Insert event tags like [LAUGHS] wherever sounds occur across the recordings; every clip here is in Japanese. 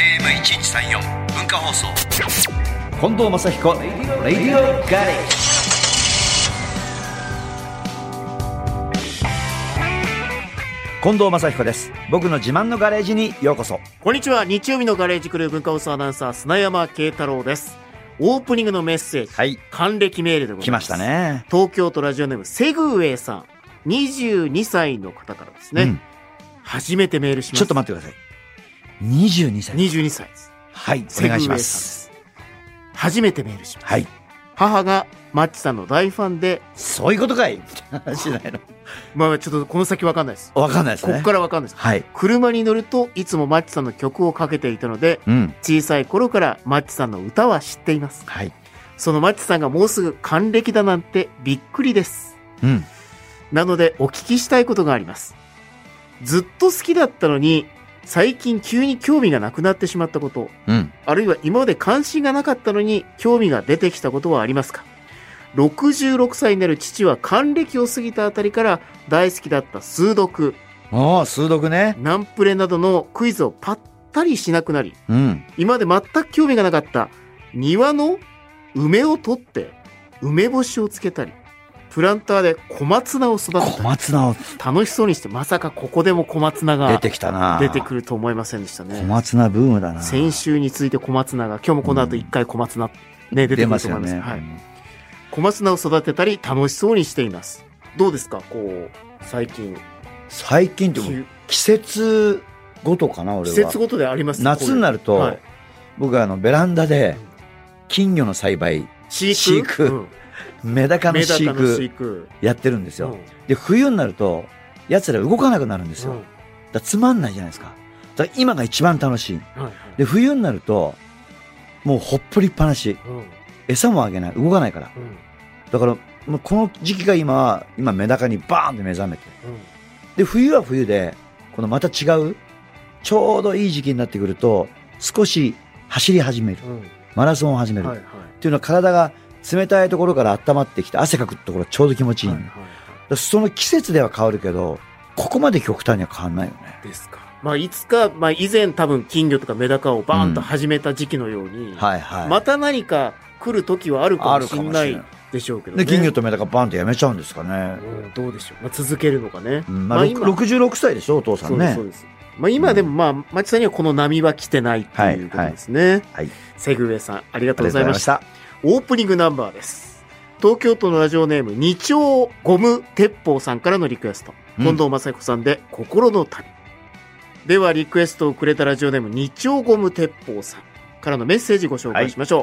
FM1134 文化放送近藤正彦レディオガレージ近藤正彦です僕の自慢のガレージにようこそこんにちは日曜日のガレージクルー文化放送アナウンサー砂山慶太郎ですオープニングのメッセージ、はい還暦メールでござ来いまましすたね東京都ラジオネームセグウェイさん22歳の方からですね、うん初めてメールしますちょっと待ってください22歳22歳ですはいおセグウ願ェいしイさんまですす初めてメールしますはい母がマッチさんの大ファンでそういうことかいって話じゃないのまあちょっとこの先わかんないですわかんないですこねこからわかんないですはい車に乗るといつもマッチさんの曲をかけていたのでうん小さい頃からマッチさんの歌は知っていますはいそのマッチさんがもうすぐ還暦だなんてびっくりですうんなのでお聞きしたいことがありますずっと好きだったのに最近急に興味がなくなってしまったことうんあるいは今まで関心がなかったのに興味が出てきたことはありますか66歳になる父は還暦を過ぎたあたりから大好きだった数読おー数読ねナンプレなどのクイズをぱったりしなくなりうん今まで全く興味がなかった庭の梅を取って梅干しをつけたりプランターで小松菜を育て小た松菜り楽しそうにしてまさかここでも小松菜出がてきたな出てくると思いませんでした小ね松菜ブームだな先週に続いて小松菜が今日もこの後一回小松菜、ね出て出くまるすと思よいますねはい、小松菜を育てたり楽しそうにしていますどうですかこう最近最近ってもう季季節ごとかな俺季は節ごとであります夏になるると、はい僕はあのベランダで金魚の栽培飼育飼育うんメダカのメダカ飼の飼育育やってるんですうよ、んで冬になるとやつら動かなくなるんですよ、うんだからつまんないじゃないですかだから今が一番楽しいはいはいで冬になるともうほっぽりっぱなしうんうん餌もあげない動かないからだからもうこの時期が今は今メダカにバーンって目覚めてうんで冬は冬でこのまた違うちょうどいい時期になってくると少し走り始めるうマラソンを始めん、る、はいはい。っていうのは体が冷たいところから温まってきて汗かくところちょうど気持ちいい、はいはいだかはらその季節では変わるけどここまで極端には変わんないよねい、ですか。まあ、いつか、まあ、以前多分金魚とかメダカをバーンと始めた時期のように、はいはい、また何か来る時はあるかあもるしかれもしなれいなでしょうけいどでね。金魚とメダカバンってやめちゃうんですかね、うんどうでしょう。まあ、続けるのかね。うんまあ、今66歳でしょお父さそんうでねす、そうです。まあ、今でも、まあ、町さんにはこの波は来てないっていうことですね。はいはいセグウェイさん、ありがあとうりがとうごござざいいままし。したたオープニングナンバーです。東京都のラジオネーム、二丁ゴム鉄砲さんからのリクエスト。うん近藤正彦さんで、心の旅。では、リクエストをくれたラジオネーム、二丁ゴム鉄砲さんからのメッセージご紹介しましょ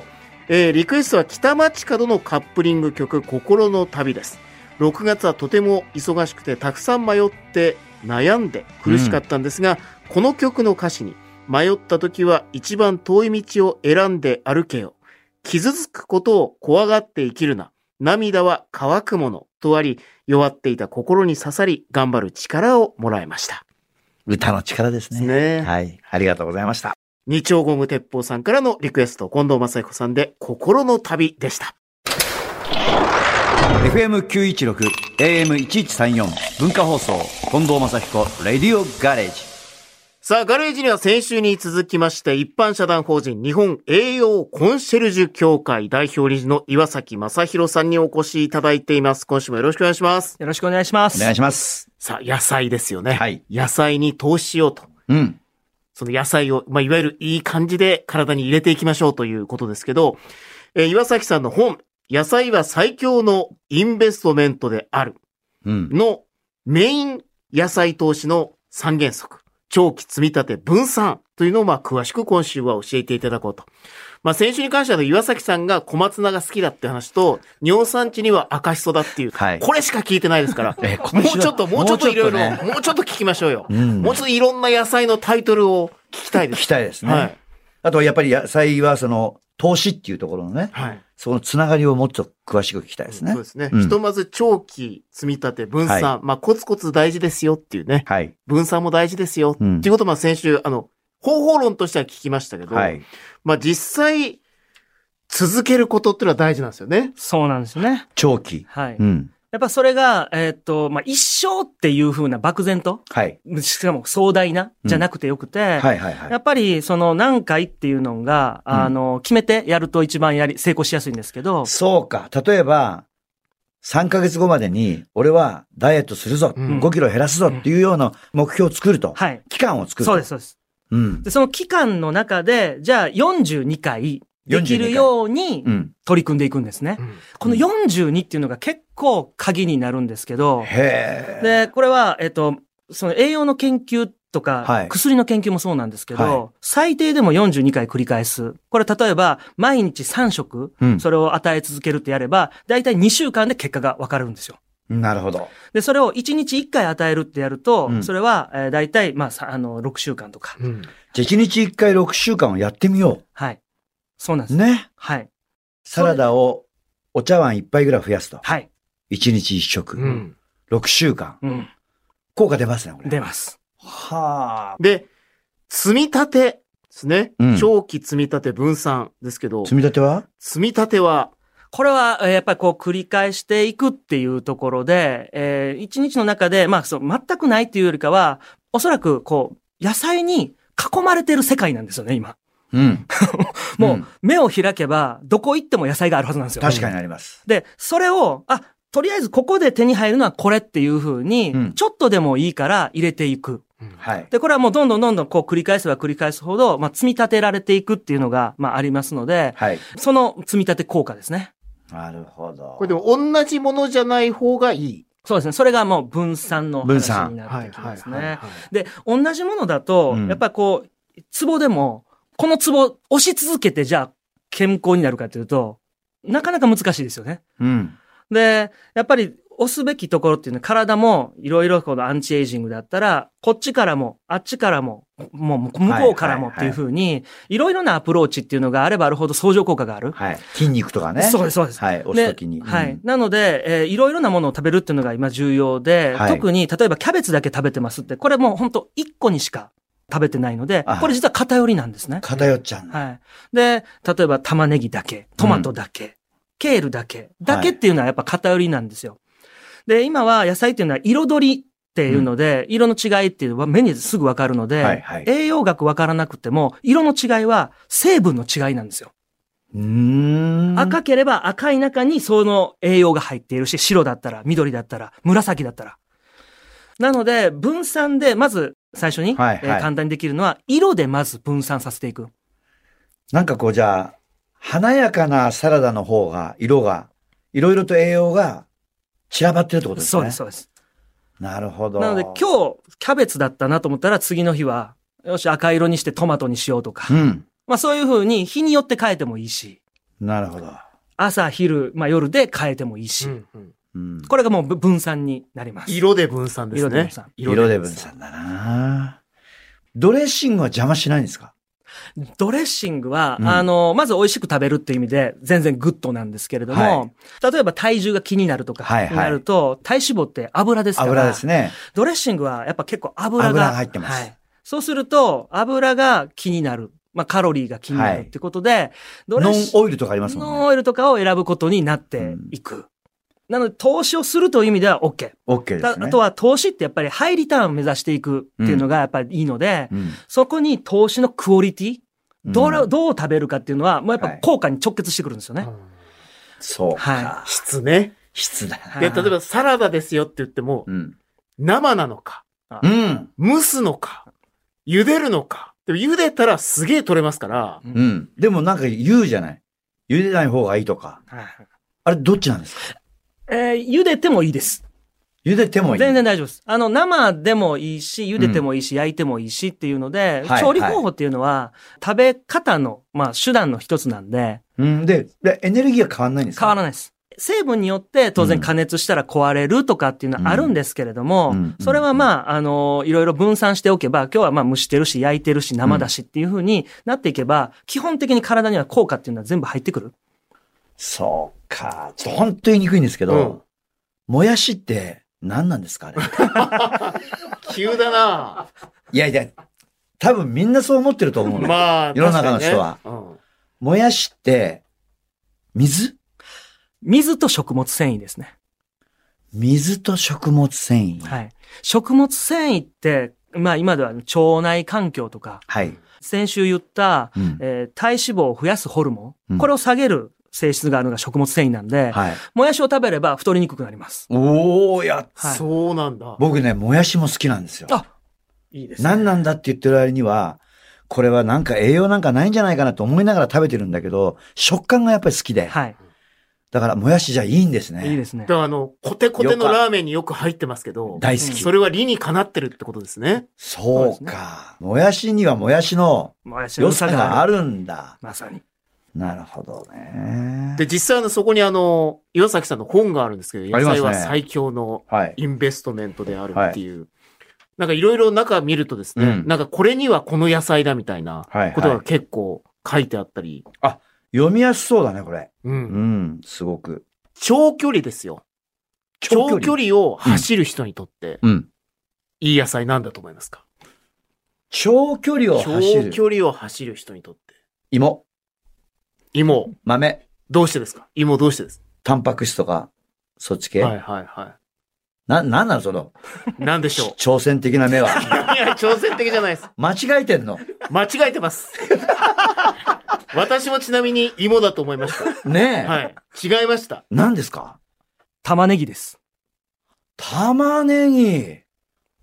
う。えーリクエストは北町角のカップリング曲、心の旅です。6月はとても忙しくて、たくさん迷って、悩んで苦しかったんですが、この曲の歌詞に、迷った時は一番遠い道を選んで歩けよ。傷つくことを怖がって生きるな。涙は乾くものとあり、弱っていた心に刺さり、頑張る力をもらいました。歌の力ですねねはいありがとうございました二丁ゴム鉄砲さんからのリクエスト、近藤正彦さんで、心の旅でした。 FM916 AM1134 文化放送近藤正彦レディオガレージさあ、ガレージには先週に続きまして、一般社団法人日本栄養コンシェルジュ協会代表理事の岩崎正宏さんにお越しいただいています。今週もよろしくお願いします。よろしくお願いしまおす。願いしますさあ、野菜ですよね。はい野菜に投資しようと。うんその野菜を、まあ、いわゆるいい感じで体に入れていきましょうということですけど、えー岩崎さんの本、野菜は最強のインベストメントであるうんのメイン野菜投資の三原則、長期積み立て分散というのをまあ詳しく今週は教えていただこうと。まあ先週に関しては岩崎さんが小松菜が好きだって話と、尿酸値には赤しそだっていう、はいこれしか聞いてないです [LAUGHS] から、えもうちょっと、もうちょっといろいろ、もうちょっとねもうちょっと聞きましょうよ。うんもうちょっといろんな野菜のタイトルを聞きたいで聞す。きたいですね。はい。あと、やっぱり野菜は、その、投資っていうところのね、はい。そのつながりをもっと詳しく聞きたいですね。そうですね。うんひとまず長期積み立て分散。はまあコツコツ大事ですよっていうね。はい。分散も大事ですよ。ってうんいうことも先週、あの、方法論としては聞きましたけど、はい。まあ実際、続けることっていうのは大事なんですよね。そうなんですよね。長期。はい。うん。ややっぱそれが、えーっと、まあ、一生っていう風な漠然と、はい。しかも壮大な、じゃなくてよくて、はいはいはい。やっぱり、その何回っていうのが、うんあの、決めてやると一番やり、成功しやすいんですけど、そうか。例えば、3ヶ月後までに、俺はダイエットするぞ、うん5キロ減らすぞっていうような目標を作ると。はい。期間を作ると。そうです、。そうです。うん。で、その期間の中で、じゃあ42回できるようにうん。取り組んでいくんですね。この42っていうのが結構鍵になるんですけど、へえ。で、これは、えっと、その栄養の研究とか、はい薬の研究もそうなんですけど、は最低でも42回繰り返す。これ例えば、毎日3食、うんそれを与え続けるってやれば、だいたい2週間で結果がわかるんですよ。なるほど。で、それを1日1回与えるってやると、うんそれは、えー、だいたい、まあ、さあの、6週間とか。うんじゃあ1日1回6週間をやってみよはい。そうなんでう。す。ね。はい。サラダをお茶碗1杯ぐらい増やすと。はい。 1日1食。うん6週間。うん。効果出ますね、これ。出ます。はあ。で、積み立てですねうん。長期積み立て分散ですけど、積み立ては積み立ては、これは、えーやっぱりこう繰り返していくっていうところで、えー一日の中で、まあそう、全くないっていうよりかは、おそらくこう、野菜に囲まれてる世界なんですよね、今。うん。 [LAUGHS] もう、うん目を開けば、どこ行っても野菜があるはずなんですよ。確かにあります。で、それを、あ、とりあえずここで手に入るのはこれっていうふうに、うんちょっとでもいいから入れていく。はい。で、これはもうどんどんどんどんこう繰り返せば繰り返すほど、まあ積み立てられていくっていうのが、まあありますので、はい。その積み立て効果ですね。なるほど。これでも同じものじゃない方がいい。そうですね。それがもう分散の分話散になってきますね。い。で、同じものだと、うんやっぱこう、ツボでも、このツボ押し続けて、じゃあ健康になるかというと、なかなか難しいですよね。うん。で、やっぱり押すべきところっていうのは体もいろいろこのアンチエイジングだったら、こっちからも、あっちからも、もう向こうからもはいはいはいっていうふうに、いろいろなアプローチっていうのがあればあるほど相乗効果がある。はい。筋肉とかね。そうです、そうです。はい。押ねすときに。はういん。。なので、えーいろいろなものを食べるっていうのが今重要で、はい特に、例えばキャベツだけ食べてますって、これもう本当1個にしか食べてないのであ、これ実は偏りなんですね。偏っちゃうの。はい。で、例えば玉ねぎだけ、トマトだけ、ケールだけ、だけっていうのはやっぱ偏りなんですよ。で、今は野菜っていうのは彩りっていうので、色の違いっていうのは目にすぐわかるので、はいはい栄養学わからなくても、色の違いは成分の違いなんですよ。うーん。赤ければ赤い中にその栄養が入っているし、白だったら、緑だったら、紫だったら。なので、分散で、まず最初に、はいはいえー簡単にできるのは、色でまず分散させていく。なんかこうじゃあ、華やかなサラダの方が、色が、いろいろと栄養が散らばってるってことですね。そうです、そうです。なるほど。なので今日キャベツだったなと思ったら次の日は、よし赤色にしてトマトにしようとか、うん。まあそういう風に日によって変えてもいいし、なるほど。朝、昼、まあ夜で変えてもいいし、うん。これがもうぶ分散になります。色で分散です色で分ね散。色で分。散だなドレッシングは邪魔しないんですかドレッシングは、うんあの、まず美味しく食べるっていう意味で全然グッドなんですけれども、は例えば体重が気になるとはか、いはいになると、体脂肪って油ですから、油ですね。ドレッシングはやっぱ結構油が。油が入ってますはい。そうすると、油が気になる。まあ、カロリーが気になるってことで、ドレノッンシングオイルとかありますノもンんね。オイルとかを選ぶことになっていく。なので、投資をするという意味では OK。 OK でたすね。あとは投資ってやっぱりハイリターンを目指していくっていうのがやっぱりいいので、うん、そこに投資のクオリティ、どれうんどう食べるかっていうのは、もうやっぱはい効果に直結してくるんですよね。うんそうか。は質ね。質だな。はで、い例えばサラダですよって言ってもう、ん。生なのか、うん。蒸すのか、茹でるのか。でも茹でたらすげえ取れますから、うん。でもなんか言うじゃない。茹でない方がいいとか。はいあれどっちなんですかえー茹でてもいいです。茹でてもいい。全然大丈夫です。あの、生でもいいし、茹でてもいいし、焼いてもいいしっていうので、はい調理方法っていうのは、食べ方の、まあ、手段の一つなんで、うん。で、でエネルギーは変わんないんですか変わらないです。成分によって当う然ん加熱したら壊れるとかっていうのはあるんですけれども、うんそれはまあ、あの、いろいろ分散しておけば、今日はまあ蒸してるし、焼いてるし、生だしっていう風になっていけば、基本的に体には効果っていうのは全部入ってくる。そうか。ちょっと本当に言いにくいんですけど、もやしって何なんですかあれ。 [LAUGHS] 急だないやいや、多分みんなそう思ってると思うの。まあ、世の中の人は確かにね。うんもやしって、水水と食物繊維ですね。水と食物繊維。。はいい。食物繊維って、まあ今では腸内環境とか、はい。先週言った、うんえー体脂肪を増やすホルモン、うんこれを下げる性質があるのが食物繊維なんで、はい。もやしを食べれば太りにくくなります。おー、やっはい。そうなんだ。僕ね、もやしも好きなんですよ。あいいですね。何なんだって言ってる割には、これはなんか栄養なんかないんじゃないかなと思いながら食べてるんだけど、食感がやっぱり好きで。はい。だから、もやしじゃいいんですね。いいですねだ。からあの、コテコテのラーメンによく入ってますけど、大好き。それは理にかなってるってことですね。そうそうですか。もやしにはもやしのもやし良の良ささががあある。るんだ。まさに。なるほどね。で、実際あの、そこにあの、岩崎さんの本があるんですけど、あ野りますね菜は最強のはい。インベストメントであるっていう。なんかいろいろ中見るとですね、うんなんかこれにはこの野菜だみたいなはい、ことがは結構書いてあったり、い。読みやすそうだね、これ。う。うんん、すごく。長距離ですよ。長距離を走る人にとって、うん。いい野菜なんだと思いますか長距離を走長る。距離を走る人にとって。芋、芋、豆、どうしてですか芋どうしてですタンパク質とか、そっち系。かはいはいはい。な、なんなのその、なんでしょ挑戦的な目う。は。 [LAUGHS] いや、挑戦的じゃないです。間違えてんの。間違え [LAUGHS] てます。私もちなみに芋だと思いましねえ。た。はい。違いました。何ですか玉ねぎです。玉ねぎ。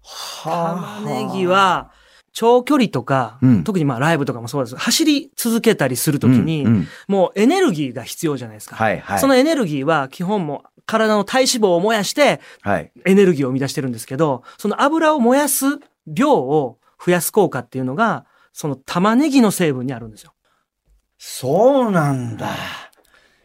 はあ玉ねぎ、は、長距離とか、うん特にまあライブとかもそうです。走り続けたりするときに、うんうんもうエネルギーが必要じゃないですか。はいはい。そのエネルギーは基本もう体の体脂肪を燃やしてはい。エネルギーを生み出してるんですけど、その油を燃やす量を増やす効果っていうのが、その玉ねぎの成分にあるんですよ。そうなんだ。い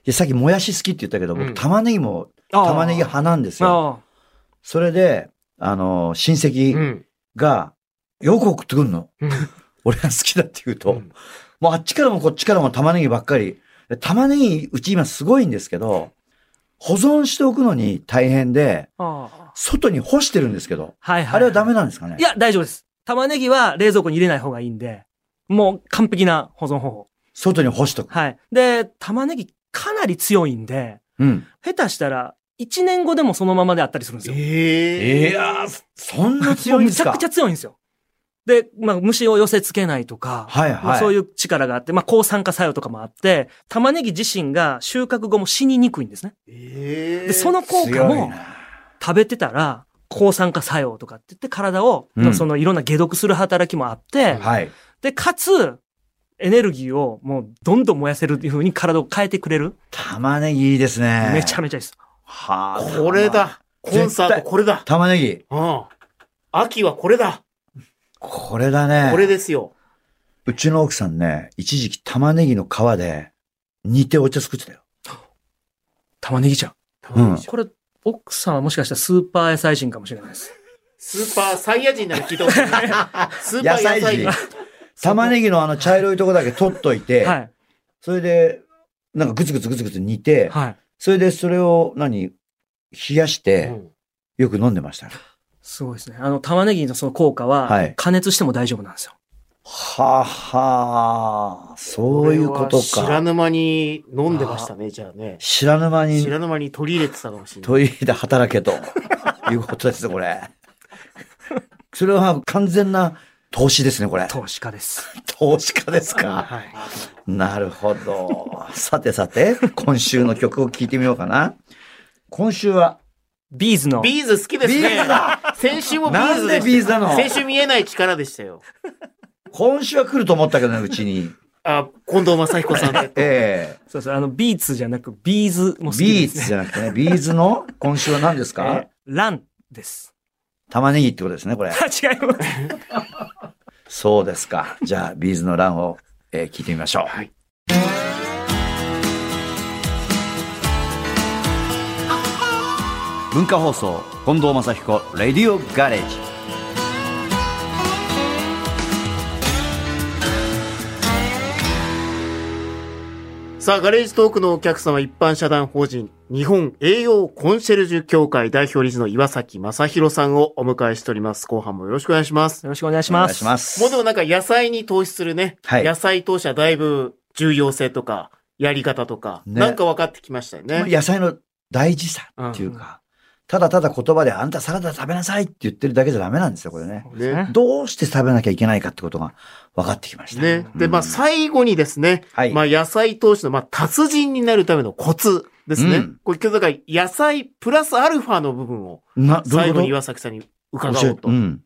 や、さっきもやし好きって言ったけど、う僕ん玉ねぎも、玉ねぎ派なんですよ。あそれで、あの、親う戚ん。が、よく送ってくんの。うん俺が好きだって言うと、うんもうあっちからもこっちからも玉ねぎばっかり。で玉ねぎ、うち今すごいんですけど、保存しておくのに大変で、あああ外に干してるんですけど、はいはい。あれはダメなんですかねいや、大丈夫です。玉ねぎは冷蔵庫に入れない方がいいんで、もう完璧な保存方法。外に干しとく。はい。で、玉ねぎかなり強いんで、うん。下手したら1年後でもそのままであったりするんですよ。ええいやー、そんなも強ういんめでちすゃかくちゃ強いんですよ。で、まあ虫を寄せ付けないとか、はいはい。まあそういう力があって、まあ抗酸化作用とかもあって、玉ねぎ自身が収穫後も死ににくいんですね。えで、その効果強いもな食べてたら、抗酸化作用とかって言って体を、うんそのいろんな解毒する働きもあって、はい。で、かつ、エネルギーをもうどんどん燃やせるっていう風に体を変えてくれる。玉ねぎいいですね。めちゃめちめちゃいいです。はあ。これだ。コンサートこれだ。玉ねぎ。うん。秋はこれだ。これだね。これですよ。うちの奥さんね、一時期玉ねぎの皮で煮てお茶作ってたよ。玉ねぎちゃん。うんこれ、奥さんはもしかしたらスーパー野菜人かもしれないです。スーパーサイヤ人なら聞いたこと [LAUGHS] ない。スーパー野菜人。玉ねぎのあの茶色いとこだけ取っといて、はい。それで、なんかグツグツグツグツ煮て、はい。それでそれを何、冷やしうて、んよく飲んでました。すごいですね。あの、玉ねぎのその効果は、はい加熱しても大丈夫なんですよ。はあはあ、そういうことこれは知らか。ぬ間に飲んでましたね、じゃあね。知らぬ間に知らぬ間に取り入れてたかもしれない。トイレで働 [LAUGHS] けということですね、これ。それは完全な投資ですね、これ。投資家です。投資家ですか。はい。なるほど。さてさて、今週の曲を聴いてみようかな。今週は、ビーズの。ビーズ好きですね。ビーズだ先週もビーズなんでビーズなの先週見えない力でしたよ。今週は来ると思ったけどね、うちに。あ、近藤正彦さ [LAUGHS] んで。ええそうそう。あの、ビーツじゃなく、ビーズも好きビでーツすじね。ゃなくてね、ビーズの今週は何ですか、えーランです。 [LAUGHS] 玉ねぎってことですね、これ。違います。そうですか。じゃあ、ビーズの欄を、えー聞いてみましょう。はい文化放送、近藤正彦、レディオガレージ。さあ、ガレージトークのお客様、一般社団法人、日本栄養コンシェルジュ協会代表理事の岩崎正弘さんをお迎えしております。後半もよろしくお願いします。よろしくお願いしお願まいす。します。もうでもなんか野菜に投資するね。はい野菜投資はだいぶ重要性とか、やり方とか、ねなんか分かってきましたよね。野菜の大事さっていうか、ただただ言葉であんたサラダ食べなさいって言ってるだけじゃダメなんですよ、これね。そうですね。どうして食べなきゃいけないかってことが分かってきました。ね。で、まあ、最後にですね、はいまあ、野菜投資の、まあ、達人になるためのコツですね。うんこれ、今日だから、野菜プラスアルファの部分を、な、どうい最う後こにと岩崎さんに伺おうと。うん。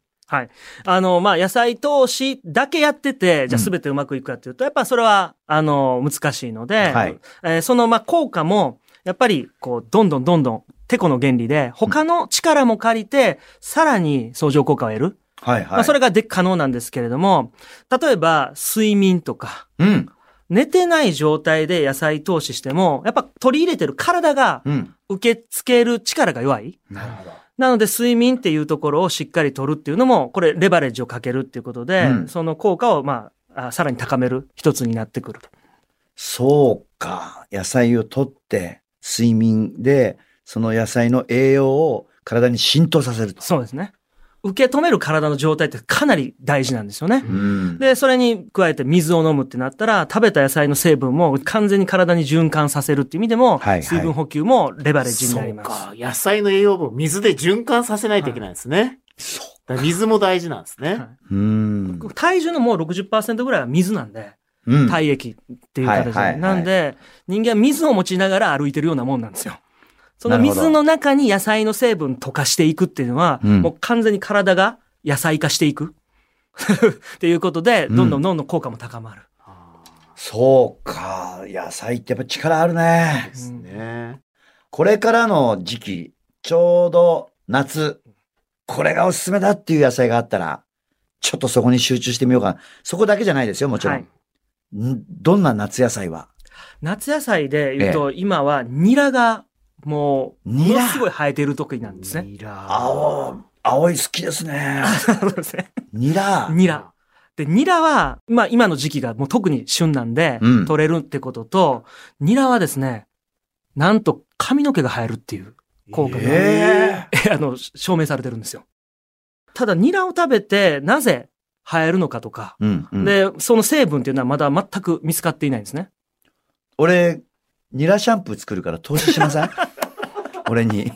あの、まあ、野菜投資だけやってて、じゃあうん全てうまくいくかっていうと、やっぱそれは、あの、難しいので、はいえーその、まあ、効果も、やっぱり、こう、どんどんどんどん、てこの原理で、他の力も借りて、さらに相乗効果を得る。はいはい。まあ、それがで、可能なんですけれども、例えば、睡眠とか、うん。寝てない状態で野菜投資しても、やっぱ取り入れてる体がうん。受け付ける力が弱い。なるほど。なので、睡眠っていうところをしっかり取るっていうのも、これ、レバレッジをかけるっていうことで、うんその効果を、まあ、あさらに高める一つになってくると。そうか。野菜を取って、睡眠で、その野菜の栄養を体に浸透させると。そうですね。受け止める体の状態ってかなり大事なんですよね。うん。で、それに加えて水を飲むってなったら、食べた野菜の成分も完全に体に循環させるっていう意味ではも、いはい水分補給もレバレッジになそりうます。か。野菜の栄養分を水で循環させないといけないんですね。そだから水も大事なんですね。はう。うん。体重のもう60%ぐらいは水なんで、うん。体液っていう形はいで。はいはいなんで、人間は水を持ちながら歩いてるようなもんなんですよ。そのなるほど水の中に野菜の成分溶かしていくっていうのは、うんもう完全に体が野菜化していく。 [LAUGHS] っていうことで、どんどんどんどん効果も高まる。そうか。野菜ってやっぱ力あるね。ですね。これからの時期、ちょうど夏、これがおすすめだっていう野菜があったら、ちょっとそこに集中してみようかな。そこだけじゃないですよ、もちろん。はいんどんな夏野菜は夏野菜で言うと、今はニラがもう、ニものラすごい生えてる時なんですね。ニラ。青、青い好きですね。そうですね。ニラ。 [LAUGHS] ニラ。で、ニラは、まあ今の時期がもう特に旬なんで、うん取れるってことと、ニラはですね、なんと髪の毛が生えるっていう、効果が、え [LAUGHS] あの、証明されてるんですよ。ただ、ニラを食べて、なぜ生えるのかとか、うん、うん。で、その成分っていうのはまだ全く見つかっていないんですね。俺、ニラシャンプー作るから投資しま [LAUGHS] せん俺に。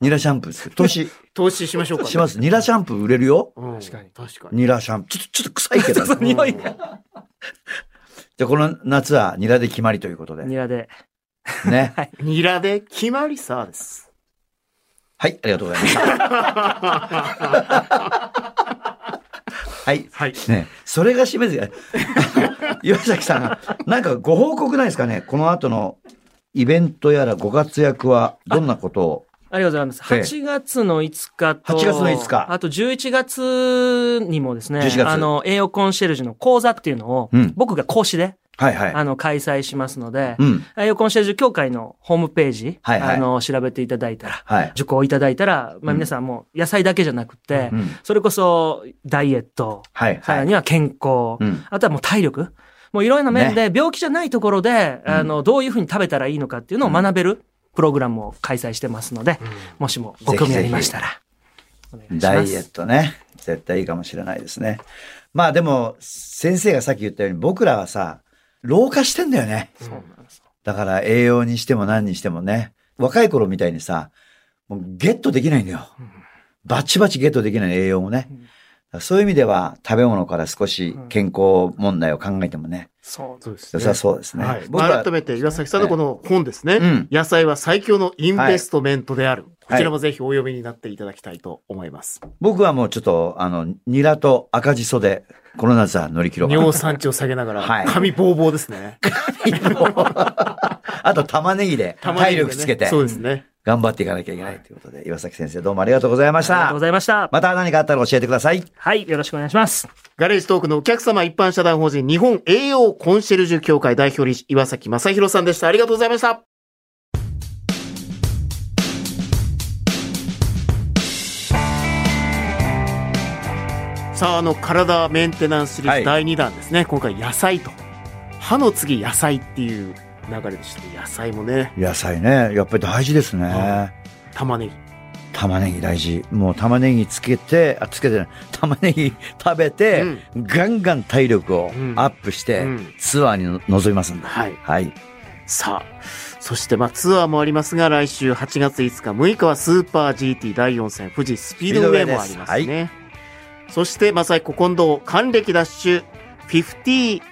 ニラシャンプー作る。投資投資しましょうか、します。ニラシャンプー売れるよ。うん確かに確かに。ニラシャンプー。ちょっと、ちょっと臭いけ [LAUGHS] ど。そうそう匂いがじゃあこの夏はニラで決まりということ [LAUGHS] で。ニラで。ね。ニラで決まりさです。はい、ありがとうござ [LAUGHS] いました。はい。はい。ね、それが締めず、 [LAUGHS] 岩崎さん、なんかご報告ないですかねこの後のイベントやらご活躍はどんなことをありがとうございます。ええ8月の5日と、 8月の5日あと11月にもですね11、月あの、栄養コンシェルジュの講座っていうのをうん、僕が講師で、はいはい。あの、開催しますのでう、ん。栄養コンシェルジュ協会のホームページ、はいはいあの、調べていただいたら、はい。受講いただいたら、まうあん皆さんもう野菜だけじゃなくて、うん。それこそダイエット、はいさはらい。には健康、うん。あとはもう体力、もういろいろな面で病気じゃないところで、あの、どういうふうに食べたらいいのかっていうのを学べるプログラムを開催してますので、もしもご興味ありましたら、お願いします。ダイエットね。絶対いいかもしれないですね。まあでも、先生がさっき言ったように僕らはさ、老化してんだよね。そうなんです。だから栄養にしても何にしてもね、若い頃みたいにさ、もうゲットできないんだよ。バチバチゲットできない栄養もね。うんだからそういう意味では食べ物から少し健康問題を考えてもね、そうそうです良さそうですね。はい。僕は改、めて岩崎さんのこの本ですね。うん野菜は最強のインベストメントである。こちらはもぜひお読みになっていただきたいと思います。僕はもうちょっと、あの、ニラと赤じそで、この夏は乗り切ろうかな尿酸値を下げながら、はい髪ボーボーですね。あと玉ねぎで体力つけて、そうですね。頑張っていかなきゃいけないということで、岩崎先生どうもありがとうございましありがとたうご。ざいました。また何かあったら教えてください。はい、よろしくお願いします。ガレージトークのお客様一般社団法人日本栄養コンシェルジュ協会代表理事岩崎正弘さんでした。ありがとうございました。さあ、あの、体メンテナンスシリーはズい第2弾ですね。今回野菜と。歯の次野菜っていう流れでしたね。野菜もね、野菜ね、やっぱり大事ですね。は玉ねぎ。玉ねぎ大事。もう玉ねぎつけて、あ、つけてない。玉ねぎ食べて、ガンガン体力をアップして、うんツアーにの臨みますんで。はいはい。さあ、そしてまあツアーもありますが、来週8月5日、6日はスーパー GT 第4戦、富士スピードウェイもありますスピードウェイね。そして、マサイココンドー、還暦ダッシュ、59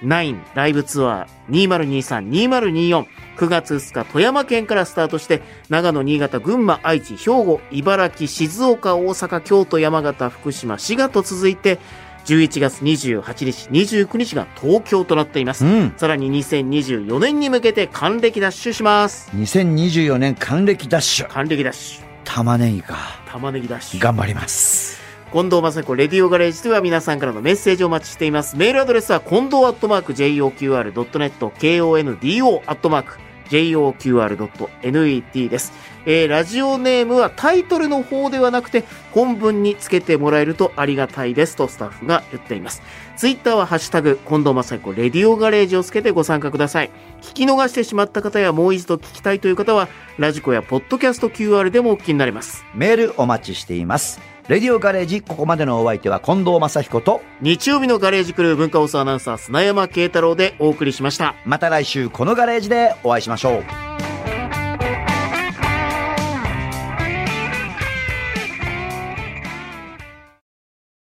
ライブツアー2023-2024、9月2日、富山県からスタートして、長野、新潟、群馬、愛知、兵庫、茨城、静岡、大阪、京都、山形、福島、滋賀と続いて、11月28日、29日が東京となっています。うん。さらに2024年に向けて還暦ダッシュします。 2024年還暦ダッシュ。還暦ダッシュ、玉ねぎか。玉ねぎダッシュ。頑張ります。近藤正子レディオガレージでは皆さんからのメッセージをお待ちしていますメールアドレスは近藤アットマーク JOQR.net KONDO アットマーク JOQR.net です、えーラジオネームはタイトルの方ではなくて本文につけてもらえるとありがたいですとスタッフが言っていますツイッターはハッシュタグ近藤正子レディオガレージをつけてご参加ください聞き逃してしまった方やもう一度聞きたいという方はラジコやポッドキャスト QR でもお聞きになれますメールお待ちしています。レディオガレージ、ここまでのお相手は近藤正彦と、日曜日のガレージクルー文化放送アナウンサー砂山慶太郎でお送りしましたまた来週このガレージでお会いしましょう。